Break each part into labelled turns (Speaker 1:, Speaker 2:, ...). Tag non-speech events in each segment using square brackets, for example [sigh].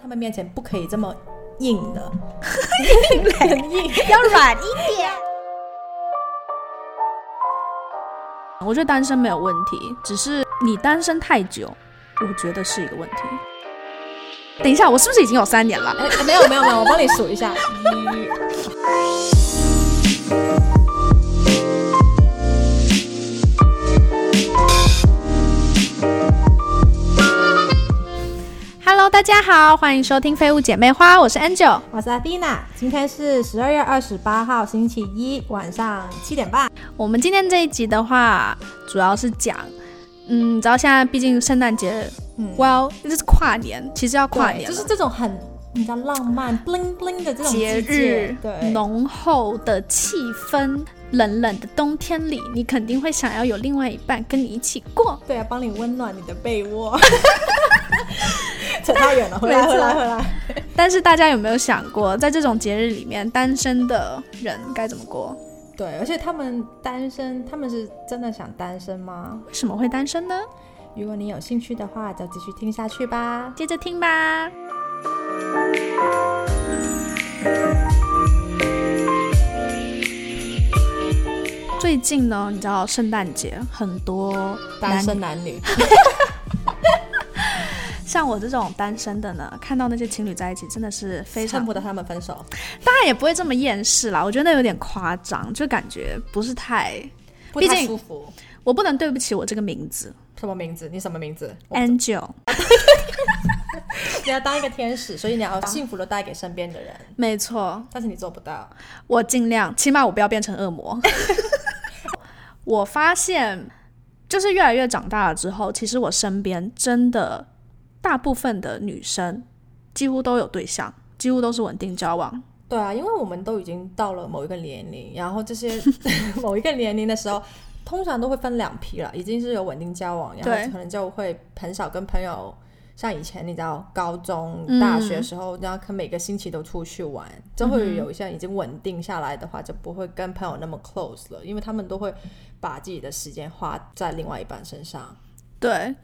Speaker 1: 他们面前不可以这么硬的，很硬。
Speaker 2: 要软一点。
Speaker 3: 我觉得单身没有问题，只是你单身太久，我觉得是一个问题。等一下，我是不是已经有三年了？
Speaker 1: 哎，没有没有没有，我帮你数一下，一。
Speaker 3: Hello，大家好，欢迎收听《废物姐妹花》，我是 Angel。
Speaker 1: 我是阿蒂娜，今天是十二月二十八号星期一晚上七点半。
Speaker 3: 我们今天这一集的话，主要是讲，嗯，你知道现在毕竟圣诞节
Speaker 1: 嗯，
Speaker 3: ，Well，这是跨年，其实要跨
Speaker 1: 对
Speaker 3: 年
Speaker 1: 就
Speaker 3: 了
Speaker 1: 是这种很你知道浪漫 bling bling 的这种
Speaker 3: 节
Speaker 1: 季
Speaker 3: 日
Speaker 1: 节对，
Speaker 3: 浓厚的气氛，冷冷的冬天里，你肯定会想要有另外一半跟你一起过。
Speaker 1: 对啊，帮你温暖你的被 [laughs] 窝。扯太远了，回来
Speaker 3: 没错
Speaker 1: 回来回来。
Speaker 3: 但是大家有没有想过，在这种节日里面，单身的人该怎么过？
Speaker 1: 对，而且他们单身，他们是真的想单身吗？
Speaker 3: 为什么会单身呢？
Speaker 1: 如果你有兴趣的话，就继续听下去吧。
Speaker 3: 接着听吧。最近呢，你知道圣诞节很多
Speaker 1: 单
Speaker 3: 男
Speaker 1: 身男 [laughs] 女，
Speaker 3: 像我这种单身的呢，看到那些情侣在一起，真的是非常
Speaker 1: 恨不得他们分手。
Speaker 3: 当然也不会这么厌世啦，我觉得有点夸张，就感觉不是太，
Speaker 1: 不
Speaker 3: 毕
Speaker 1: 太
Speaker 3: 竟
Speaker 1: 舒服。
Speaker 3: 我不能对不起我这个名字
Speaker 1: 什么名字？你什么名字？
Speaker 3: Angel，
Speaker 1: 你要当一个天使，所以你要幸福的带给身边的人，
Speaker 3: 没错，
Speaker 1: 但是你做不到。
Speaker 3: 我尽量，起码我不要变成恶魔。我发现，就是越来越长大了之后，其实我身边真的大部分的女生几乎都有对象，几乎都是稳定交往，
Speaker 1: 对啊，因为我们都已经到了某一个年龄，然后这些某一个年龄的时候，通常都会分两批了，已经是有稳定交往，然
Speaker 3: 对
Speaker 1: 后可能就会很少跟朋友。像以前你知道，高中
Speaker 3: 嗯、
Speaker 1: 大学时候，然后可能每个星期都出去玩，就会有一些已经稳定下来的话，就不会跟朋友那么 close 了，因为他们都会把自己的时间花在另外一半身上。
Speaker 3: 对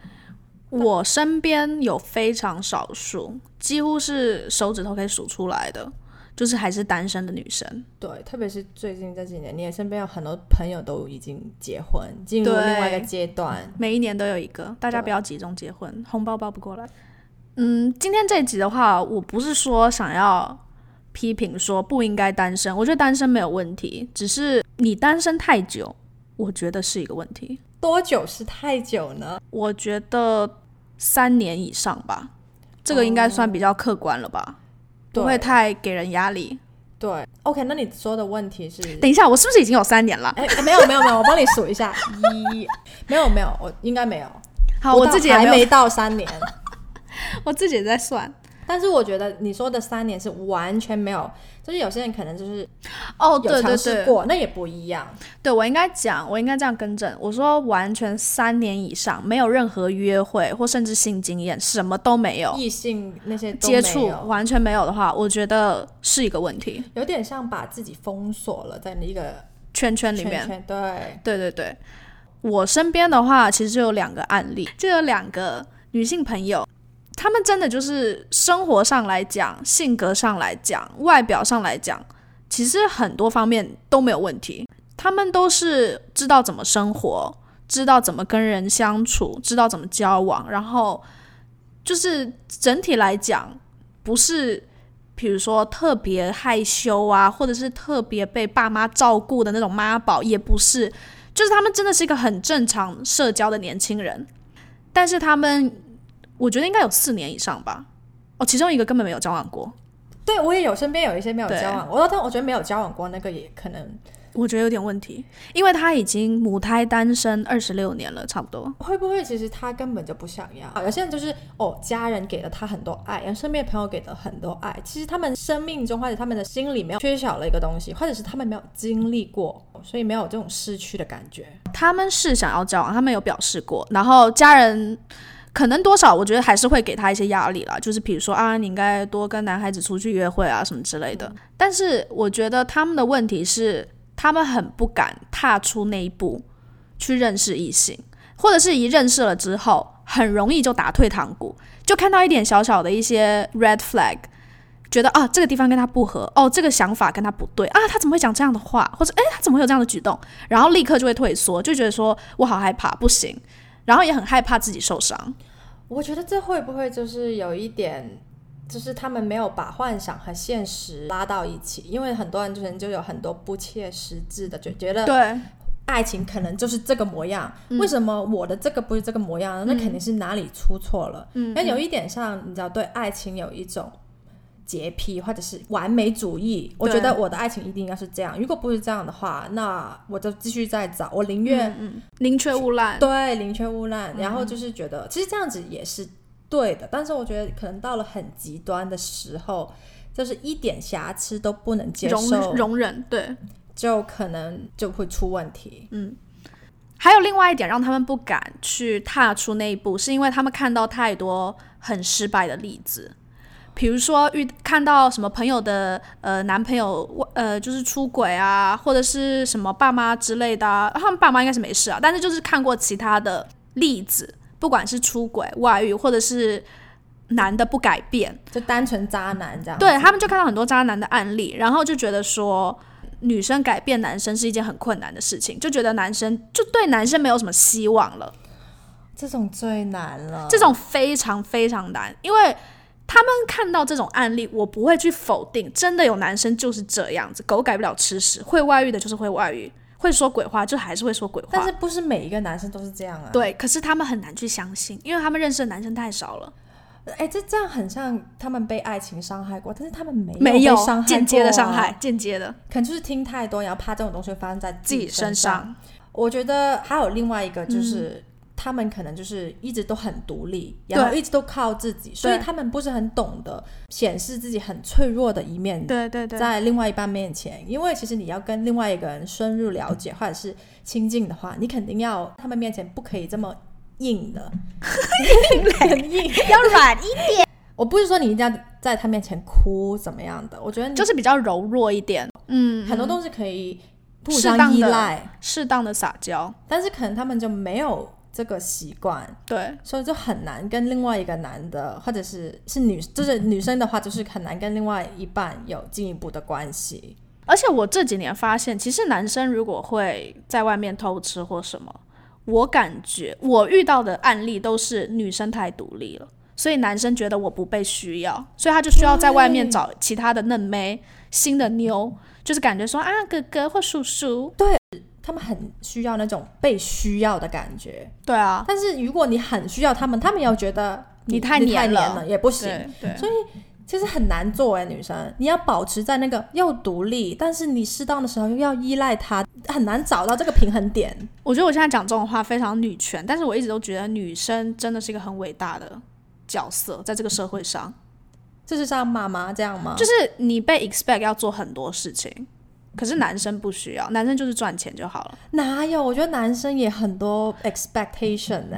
Speaker 3: 我身边有非常少数，几乎是手指头可以数出来的，就是还是单身的女生。
Speaker 1: 对，特别是最近这几年，你也身边有很多朋友都已经结婚，进入
Speaker 3: 对
Speaker 1: 另外一个阶段。
Speaker 3: 每一年都有一个，大家
Speaker 1: 对
Speaker 3: 不要集中结婚，红包包不过来。嗯，今天这一集的话，我不是说想要批评说不应该单身，我觉得单身没有问题，只是你单身太久，我觉得是一个问题。
Speaker 1: 多久是太久呢？
Speaker 3: 我觉得三年以上吧，这个应该算比较客观了吧，不会
Speaker 1: 对
Speaker 3: 太给人压力。
Speaker 1: 对，OK，那你说的问题是？
Speaker 3: 等一下，我是不是已经有三年了？
Speaker 1: 哎，没有没有没有，我帮你数一下，一，没有没有，我应该没有。
Speaker 3: 好，
Speaker 1: 不
Speaker 3: 我
Speaker 1: 到
Speaker 3: 自己也
Speaker 1: 还
Speaker 3: 没有，
Speaker 1: 没到三年，
Speaker 3: 我自己也在算。
Speaker 1: 但是我觉得你说的三年是完全没有，就是有些人可能就是
Speaker 3: 哦，
Speaker 1: 有
Speaker 3: 对对
Speaker 1: 尝试
Speaker 3: 对，
Speaker 1: 过，那也不一样。
Speaker 3: 对我应该讲，我应该这样更正，我说完全三年以上没有任何约会或甚至性经验，什么都没有
Speaker 1: 异性那些都
Speaker 3: 接
Speaker 1: 没
Speaker 3: 触，
Speaker 1: 有
Speaker 3: 完全没有的话，我觉得是一个问题，
Speaker 1: 有点像把自己封锁了在一个
Speaker 3: 圈圈里
Speaker 1: 圈
Speaker 3: 面。
Speaker 1: 圈，对，
Speaker 3: 对对对，我身边的话其实就有两个案例，就有两个女性朋友，她们真的就是生活上来讲、性格上来讲、外表上来讲，其实很多方面都没有问题。她们都是知道怎么生活，知道怎么跟人相处，知道怎么交往，然后就是整体来讲，不是。比如说特别害羞啊，或者是特别被爸妈照顾的那种妈宝，也不是，就是他们真的是一个很正常社交的年轻人，但是他们我觉得应该有四年以上吧。哦，其中一个根本没有交往过，
Speaker 1: 对，我也有身边有一些没有
Speaker 3: 对
Speaker 1: 交往，我但我觉得没有交往过那个也可能
Speaker 3: 我觉得有点问题，因为他已经母胎单身二十六年了，差不多。
Speaker 1: 会不会其实他根本就不想要？有些人就是哦，家人给了他很多爱，然后身边朋友给了很多爱，其实他们生命中或者他们的心里面缺少了一个东西，或者是他们没有经历过，所以没有这种失去的感觉。
Speaker 3: 他们是想要交往，他们有表示过，然后家人可能多少我觉得还是会给他一些压力啦，就是比如说啊，你应该多跟男孩子出去约会啊什么之类的。但是我觉得他们的问题是，他们很不敢踏出那一步去认识异性，或者是一认识了之后，很容易就打退堂鼓，就看到一点小小的一些 red flag，觉得啊这个地方跟他不合，哦这个想法跟他不对啊，他怎么会讲这样的话，或者诶，他怎么会有这样的举动，然后立刻就会退缩，就觉得说我好害怕，不行，然后也很害怕自己受伤。
Speaker 1: 我觉得这会不会就是有一点，就是他们没有把幻想和现实拉到一起，因为很多人就是就有很多不切实际的，就觉得
Speaker 3: 对，
Speaker 1: 爱情可能就是这个模样，
Speaker 3: 嗯
Speaker 1: 为什么我的这个不是这个模样呢？那肯定是哪里出错了。
Speaker 3: 嗯
Speaker 1: 那有一点上，你知道对爱情有一种洁癖或者是完美主义，我觉得我的爱情一定要是这样，如果不是这样的话，那我就继续再找，我宁
Speaker 3: 嗯
Speaker 1: 愿、
Speaker 3: 宁缺毋滥。
Speaker 1: 对宁缺毋滥，然后就是觉
Speaker 3: 嗯
Speaker 1: 得、其实这样子也是对的，但是我觉得可能到了很极端的时候，就是一点瑕疵都不能接
Speaker 3: 容
Speaker 1: 受，
Speaker 3: 容忍，对，
Speaker 1: 就可能就会出问题。
Speaker 3: 嗯还有另外一点让他们不敢去踏出那一步，是因为他们看到太多很失败的例子，比如说遇看到什么朋友的呃男朋友呃就是出轨啊，或者是什么爸妈之类的、啊，他们爸妈应该是没事啊，但是就是看过其他的例子，不管是出轨、外遇，或者是男的不改变，
Speaker 1: 就单纯渣男这样子。
Speaker 3: 对他们就看到很多渣男的案例，然后就觉得说。女生改变男生是一件很困难的事情，就觉得男生就对男生没有什么希望了。
Speaker 1: 这种最难了。
Speaker 3: 这种非常非常难，因为他们看到这种案例，我不会去否定，真的有男生就是这样子，狗改不了吃屎，会外遇的就是会外遇，会说鬼话就还是会说鬼话。
Speaker 1: 但是不是每一个男生都是这样啊？，
Speaker 3: 对，可是他们很难去相信，因为他们认识的男生太少了，
Speaker 1: 哎，这这样很像他们被爱情伤害过，但是他们没
Speaker 3: 没
Speaker 1: 有
Speaker 3: 有
Speaker 1: 被伤害、啊
Speaker 3: 间接的伤害，，间接的
Speaker 1: 可能就是听太多，然后怕这种东西会发生在
Speaker 3: 自己身
Speaker 1: 身
Speaker 3: 上。
Speaker 1: 我觉得还有另外一个就是。他们可能就是一直都很独立，然后
Speaker 3: 嗯对
Speaker 1: 一直都靠自己，所以
Speaker 3: 对
Speaker 1: 他们不是很懂得显示自己很脆弱的一面
Speaker 3: 对对对，
Speaker 1: 在另外一半面前，因为其实你要跟另外一个人深入了解或者是亲近的话，你肯定要他们面前不可以这么硬的， [laughs] 很硬。
Speaker 3: 要软硬，
Speaker 1: 我不是说你一定要在他面前哭怎么样的，我觉得你
Speaker 3: 就是比较柔弱一点，嗯，
Speaker 1: 很多东西可以互
Speaker 3: 适当
Speaker 1: 相
Speaker 3: 的
Speaker 1: 依赖，
Speaker 3: 适当的撒娇，
Speaker 1: 但是可能他们就没有这个习惯，
Speaker 3: 对
Speaker 1: 所以就很难跟另外一个男的或者是是女，就是女生的话，就是很难跟另外一半有进一步的关系。
Speaker 3: 而且我这几年发现，其实男生如果会在外面偷吃或什么，我感觉我遇到的案例都是女生太独立了，所以男生觉得我不被需要，所以他就需要在外面找其他的嫩妹、新的妞，就是感觉说啊哥哥或叔叔，
Speaker 1: 他们很需要那种被需要的感觉，
Speaker 3: 对啊，
Speaker 1: 但是如果你很需要他们，他们又觉得
Speaker 3: 你太
Speaker 1: 太
Speaker 3: 黏了
Speaker 1: 了也不行。
Speaker 3: 对对，
Speaker 1: 其实很难做哎，女生，你要保持在那个又独立，但是你适当的时候又要依赖他，很难找到这个平衡点。
Speaker 3: 我觉得我现在讲这种话非常女权，但是我一直都觉得女生真的是一个很伟大的角色，在这个社会上。
Speaker 1: 就是像妈妈这样吗？
Speaker 3: 就是你被 expect 要做很多事情，可是男生不需要，男生就是赚钱就好了。
Speaker 1: 哪有？我觉得男生也很多 expectation 呢、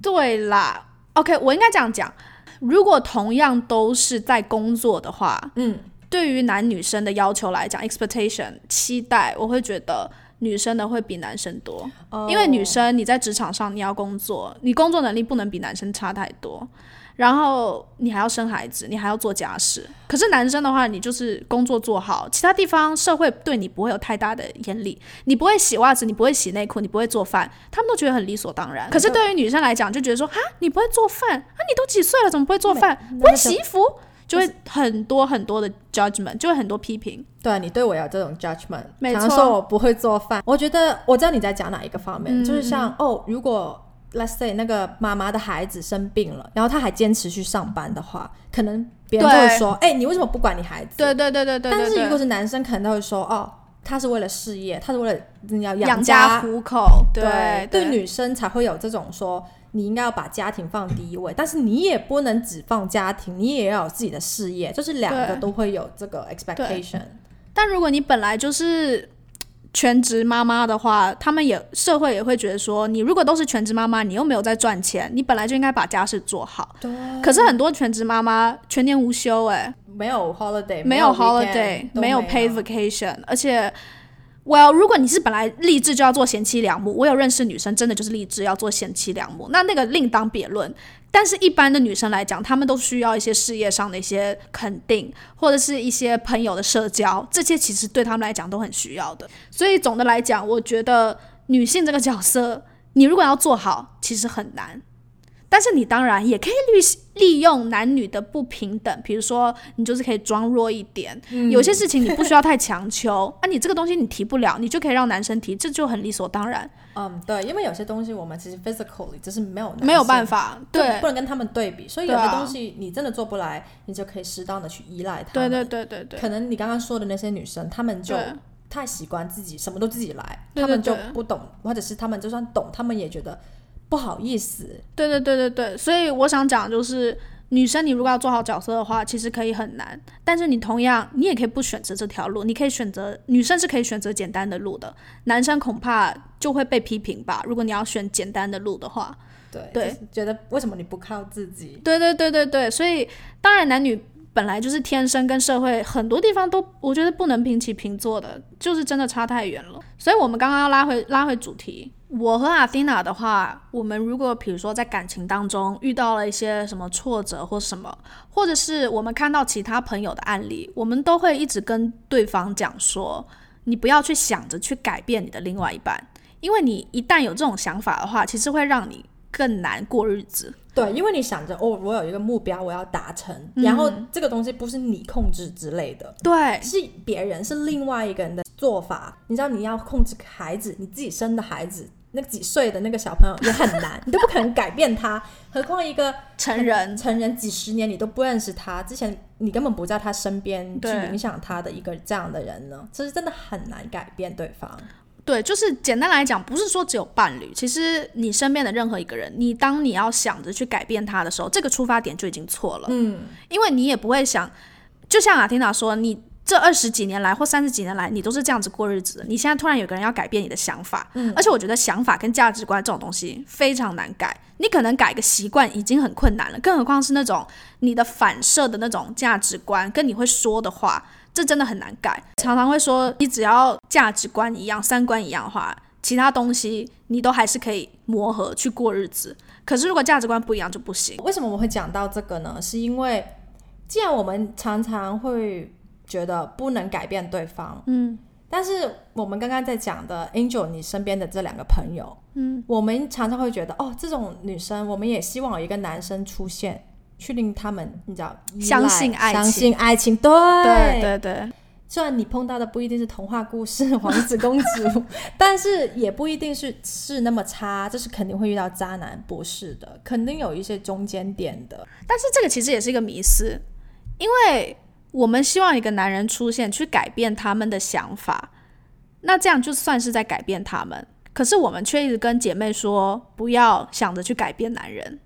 Speaker 3: 对啦，OK，我应该这样讲。如果同样都是在工作的话，
Speaker 1: 嗯，
Speaker 3: 对于男女生的要求来讲，expectation 期待，我会觉得女生的会比男生多，
Speaker 1: 哦
Speaker 3: 因为女生你在职场上你要工作，你工作能力不能比男生差太多，然后你还要生孩子，你还要做家事。可是男生的话，你就是工作做好，其他地方社会对你不会有太大的眼力，你不会洗袜子，你不会洗内裤，你不会做饭，他们都觉得很理所当然。可是对于女生来讲，就觉得说啊，你不会做饭啊，你都几岁了，怎么不会做饭？不
Speaker 1: 那
Speaker 3: 会
Speaker 1: 就
Speaker 3: 洗衣服，就会很多很多的 judgment，就会很多批评。
Speaker 1: 对啊你对我有这种 judgment，
Speaker 3: 没
Speaker 1: 常
Speaker 3: 错
Speaker 1: 说我不会做饭。我觉得我知道你在讲哪一个方
Speaker 3: 嗯
Speaker 1: 面，就是像哦，如果 let's say 那个妈妈的孩子生病了，然后她还坚持去上班的话，可能别人就会
Speaker 3: 对
Speaker 1: 说，哎、你为什么不管你孩子？
Speaker 3: 对对对对对
Speaker 1: 但是
Speaker 3: 对
Speaker 1: 如果
Speaker 3: 对，
Speaker 1: 是男生，可能他会说，哦，他是为了事业，他是为了嗯要
Speaker 3: 养
Speaker 1: 家。
Speaker 3: 糊口，
Speaker 1: 对
Speaker 3: 对
Speaker 1: 对，女生才会有这种说，你应该要把家庭放第一位，但是你也不能只放家庭，你也要有自己的事业，就是两个
Speaker 3: 对
Speaker 1: 都会有这个 expectation。
Speaker 3: 但如果你本来就是全职妈妈的话，他们也社会也会觉得说，你如果都是全职妈妈，你又没有在赚钱，你本来就应该把家事做好。
Speaker 1: 对，
Speaker 3: 可是很多全职妈妈全年无休、欸，
Speaker 1: 没有 holiday，
Speaker 3: 没
Speaker 1: 有
Speaker 3: holiday，
Speaker 1: weekend，都没
Speaker 3: 没有 paid vacation，而且 Well，如果你是本来立志就要做贤妻良母，我有认识女生真的就是立志要做贤妻良母，那那个另当别论。但是，一般的女生来讲，她们都需要一些事业上的一些肯定，或者是一些朋友的社交，这些其实对她们来讲都很需要的。所以，总的来讲，我觉得女性这个角色，你如果要做好，其实很难。但是你当然也可以利利用男女的不平等，比如说你就是可以装弱一点，
Speaker 1: 嗯
Speaker 3: 有些事情你不需要太
Speaker 1: [laughs]
Speaker 3: 强求啊，你这个东西你提不了，你就可以让男生提，这就很理所当然，
Speaker 1: 嗯，对，因为有些东西我们其实 physically 就是没有
Speaker 3: 没有办
Speaker 1: 法，
Speaker 3: 法，
Speaker 1: 对，
Speaker 3: 对
Speaker 1: 不能跟他们对比，所以有
Speaker 3: 对
Speaker 1: 些
Speaker 3: 啊
Speaker 1: 东西你真的做不来，你就可以适当的去依赖他。
Speaker 3: 对对，对对对，
Speaker 1: 可能你刚刚说的那些女生，她们就
Speaker 3: 对
Speaker 1: 太习惯自己什么都自己来，
Speaker 3: 对
Speaker 1: 她们就
Speaker 3: 对对
Speaker 1: 不懂，或者是她们就算懂，她们也觉得不好意思。
Speaker 3: 对对对对对，所以我想讲就是，女生你如果要做好角色的话，其实可以很难，但是你同样你也可以不选择这条路，你可以选择女生是可以选择简单的路的，男生恐怕就会被批评吧，如果你要选简单的路的话。
Speaker 1: 对，
Speaker 3: 对
Speaker 1: 就是觉得为什么你不靠自己？
Speaker 3: 对对对对对，所以当然男女本来就是天生跟社会很多地方都，我觉得不能平起平坐的，就是真的差太远了。所以我们刚刚要拉回拉回主题。我和阿蒂娜的话，我们如果比如说在感情当中遇到了一些什么挫折或什么，或者是我们看到其他朋友的案例，我们都会一直跟对方讲说，你不要去想着去改变你的另外一半，因为你一旦有这种想法的话，其实会让你更难过日子。
Speaker 1: 对，因为你想着哦，我有一个目标我要达成，
Speaker 3: 嗯
Speaker 1: 然后这个东西不是你控制之类的，
Speaker 3: 对，
Speaker 1: 是别人是另外一个人的做法。你知道你要控制孩子，你自己生的孩子，那几岁的那个小朋友也很难，你都不可能改变他，何况一个
Speaker 3: 成人，
Speaker 1: 成人几十年你都不认识他，之前你根本不在他身边去
Speaker 3: 对
Speaker 1: 影响他的一个这样的人呢，其实真的很难改变对方。
Speaker 3: 对，就是简单来讲，不是说只有伴侣，其实你身边的任何一个人，你当你要想着去改变他的时候，这个出发点就已经错了，
Speaker 1: 嗯，
Speaker 3: 因为你也不会想，就像阿婷娜说，你这二十几年来或三十几年来，你都是这样子过日子的，你现在突然有个人要改变你的想法，
Speaker 1: 嗯
Speaker 3: 而且我觉得想法跟价值观这种东西非常难改，你可能改个习惯已经很困难了，更何况是那种你的反射的那种价值观跟你会说的话，这真的很难改。常常会说，你只要价值观一样、三观一样的话，其他东西你都还是可以磨合去过日子。可是如果价值观不一样就不行。
Speaker 1: 为什么我会讲到这个呢？是因为既然我们常常会觉得不能改变对方，
Speaker 3: 嗯
Speaker 1: 但是我们刚刚在讲的 Angel，你身边的这两个朋友，
Speaker 3: 嗯，
Speaker 1: 我们常常会觉得哦，这种女生，我们也希望有一个男生出现，去令他们你知道依赖
Speaker 3: 相信爱情
Speaker 1: 相信爱情，对
Speaker 3: 对对对
Speaker 1: 虽然你碰到的不一定是童话故事 [laughs] 王子公主， [laughs] 但是也不一定是是那么差，这是肯定会遇到渣男，不是的，肯定有一些中间点的。
Speaker 3: 但是这个其实也是一个迷思，因为我们希望一个男人出现去改变他们的想法，那这样就算是在改变他们。可是我们却一直跟姐妹说，不要想着去改变男人。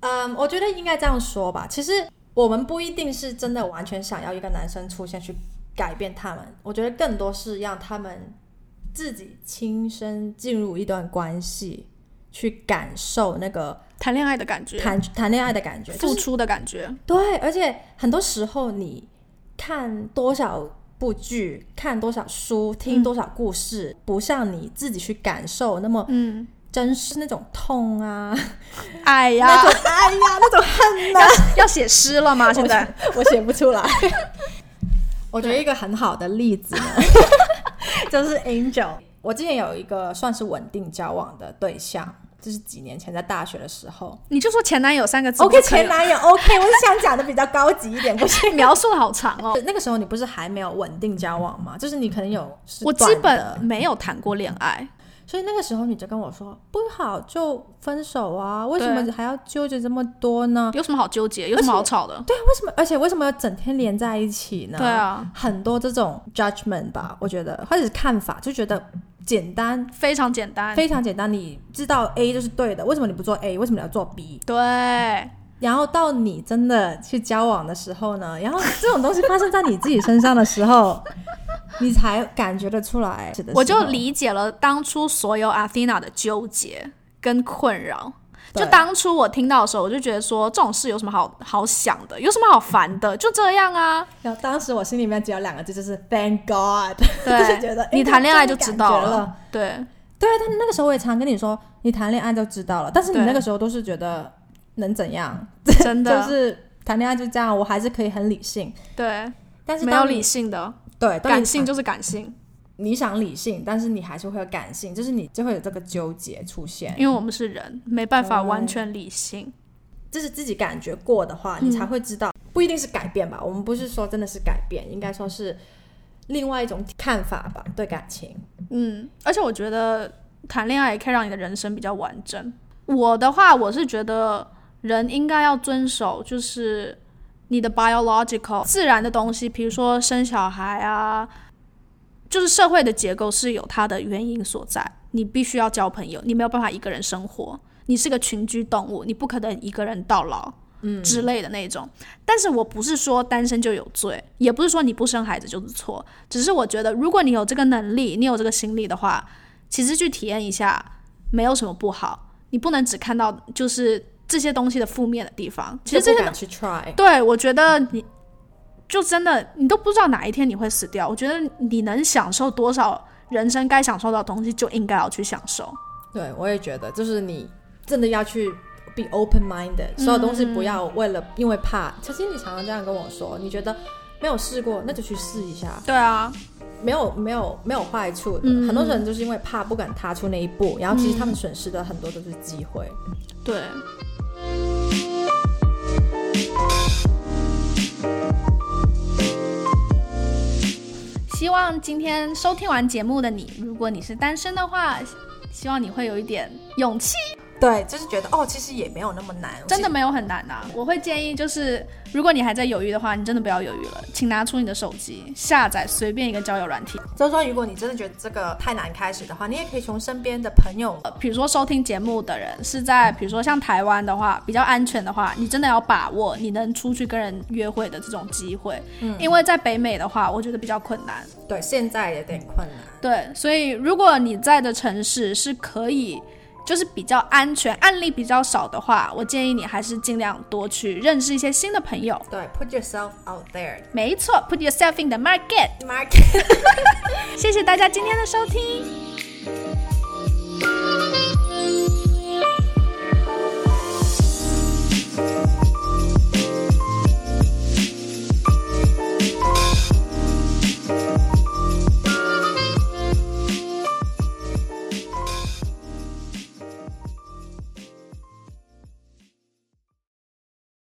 Speaker 1: 嗯，我觉得应该这样说吧。其实我们不一定是真的完全想要一个男生出现去改变他们，我觉得更多是让他们自己亲身进入一段关系，去感受那个
Speaker 3: 谈恋爱的感觉，
Speaker 1: 谈谈恋爱的感觉，就
Speaker 3: 付
Speaker 1: 是
Speaker 3: 出的感觉，
Speaker 1: 对，而且很多时候你看多少部剧，看多少书，听多少故事，不像你自己去感受那么
Speaker 3: 嗯，
Speaker 1: 真实那种痛啊，
Speaker 3: 爱
Speaker 1: 那
Speaker 3: 呀
Speaker 1: 种，哎呀那种恨 [laughs] 呐、
Speaker 3: 要写诗了吗？现在
Speaker 1: [laughs] 我写不出来。 [laughs] 我觉得一个很好的例子 [laughs] 呢，就是 Angel。我之前有一个算是稳定交往的对象，就是几年前在大学的时候。
Speaker 3: 你就说前男友三个字就可以
Speaker 1: OK，
Speaker 3: 了。
Speaker 1: 前男友 OK，我是想讲的比较高级一 [laughs] 点，不是
Speaker 3: [laughs] 描述的好长哦。
Speaker 1: 那个时候你不是还没有稳定交往吗？ [laughs] 就是你可能有是
Speaker 3: 我
Speaker 1: 短
Speaker 3: 基
Speaker 1: 的
Speaker 3: 本没有谈过恋爱，
Speaker 1: 所以那个时候你就跟我说不好就分手啊，为什
Speaker 3: 对
Speaker 1: 么还要纠结这么多呢？
Speaker 3: 有什么好纠结，有什么好吵的？
Speaker 1: 对，啊为什么？而且为什么要整天连在一起呢？
Speaker 3: 对啊，
Speaker 1: 很多这种 judgment 吧，我觉得或者是看法，就觉得简单，
Speaker 3: 非常简单，
Speaker 1: 非常简单。你知道 A 就是对的，为什么你不做 A？为什么你要做 B？
Speaker 3: 对，
Speaker 1: 然后到你真的去交往的时候呢， [laughs] 然后这种东西发生在你自己身上的时候， [laughs] 你才感觉得出来。
Speaker 3: 我就理解了当初所有 Athena 的纠结跟困扰。就当初我听到的时候，我就觉得说这种事有什么好好想的，有什么好烦的，就这
Speaker 1: [laughs]
Speaker 3: 样啊。
Speaker 1: 然后当时我心里面只有两个字，就是 Thank God，就是 [laughs] 觉得哎
Speaker 3: 对，你谈恋爱就知道
Speaker 1: 了。
Speaker 3: 了。对，
Speaker 1: 对啊，但那个时候我也常跟你说，你谈恋爱就知道了，但是你
Speaker 3: 对
Speaker 1: 那个时候都是觉得能怎样，[laughs]
Speaker 3: 真
Speaker 1: 就
Speaker 3: 的，
Speaker 1: 是谈恋爱就这样，我还是可以很理性。
Speaker 3: 对，
Speaker 1: 但是
Speaker 3: 没
Speaker 1: 当
Speaker 3: 有
Speaker 1: 你
Speaker 3: 理性的，
Speaker 1: 对，当你
Speaker 3: 感性就是感性，
Speaker 1: 你想理性，但是你还是会有感性，就是你就会有这个纠结出现。
Speaker 3: 因为我们是人，没办法
Speaker 1: 对
Speaker 3: 完全理性。
Speaker 1: 就是自己感觉过的话，
Speaker 3: 嗯
Speaker 1: 你才会知道，不一定是改变吧。我们不是说真的是改变，应该说是另外一种看法吧，对感情。
Speaker 3: 嗯，而且我觉得谈恋爱也可以让你的人生比较完整。我的话，我是觉得人应该要遵守，就是你的 biological 自然的东西，比如说生小孩啊，就是社会的结构是有它的原因所在。你必须要交朋友，你没有办法一个人生活，你是个群居动物，你不可能一个人到老。嗯，之类的那种，但是我不是说单身就有罪，也不是说你不生孩子就是错，只是我觉得，如果你有这个能力，你有这个心力的话，其实去体验一下没有什么不好。你不能只看到就是这些东西的负面的地方。其实这
Speaker 1: 就不
Speaker 3: 些，
Speaker 1: 敢去 try，
Speaker 3: 对我觉得你就真的你都不知道哪一天你会死掉。我觉得你能享受多少人生该享受到的东西，就应该要去享受。
Speaker 1: 对我也觉得，就是你真的要去 be open minded，所有
Speaker 3: 嗯
Speaker 1: 东西不要为了因为怕。其实你常常这样跟我说，你觉得没有试过，那就去试一下。
Speaker 3: 对啊，
Speaker 1: 没有没有没有坏处的。
Speaker 3: 嗯
Speaker 1: 很多人就是因为怕不敢踏出那一步，然后其实他们损失的很多都是机会。
Speaker 3: 对。希望今天收听完节目的你，如果你是单身的话，希希望你会有一点勇气。
Speaker 1: 对，就是觉得哦，其实也没有那么难，
Speaker 3: 真的没有很难呐、我会建议就是，如果你还在犹豫的话，你真的不要犹豫了，请拿出你的手机，下载随便一个交友软体，
Speaker 1: 就是说，如果你真的觉得这个太难开始的话，你也可以从身边的朋友
Speaker 3: 呃比如说收听节目的人是在，比如说像台湾的话，比较安全的话，你真的要把握你能出去跟人约会的这种机会，因为在北美的话，我觉得比较困难。
Speaker 1: 对现在有点困难。
Speaker 3: 对，所以如果你在的城市是可以，就是比较安全，案例比较少的话，我建议你还是尽量多去认识一些新的朋友。
Speaker 1: 对，put yourself out there
Speaker 3: 没错，put yourself in the market。
Speaker 1: market。
Speaker 3: 谢谢大家今天的收听，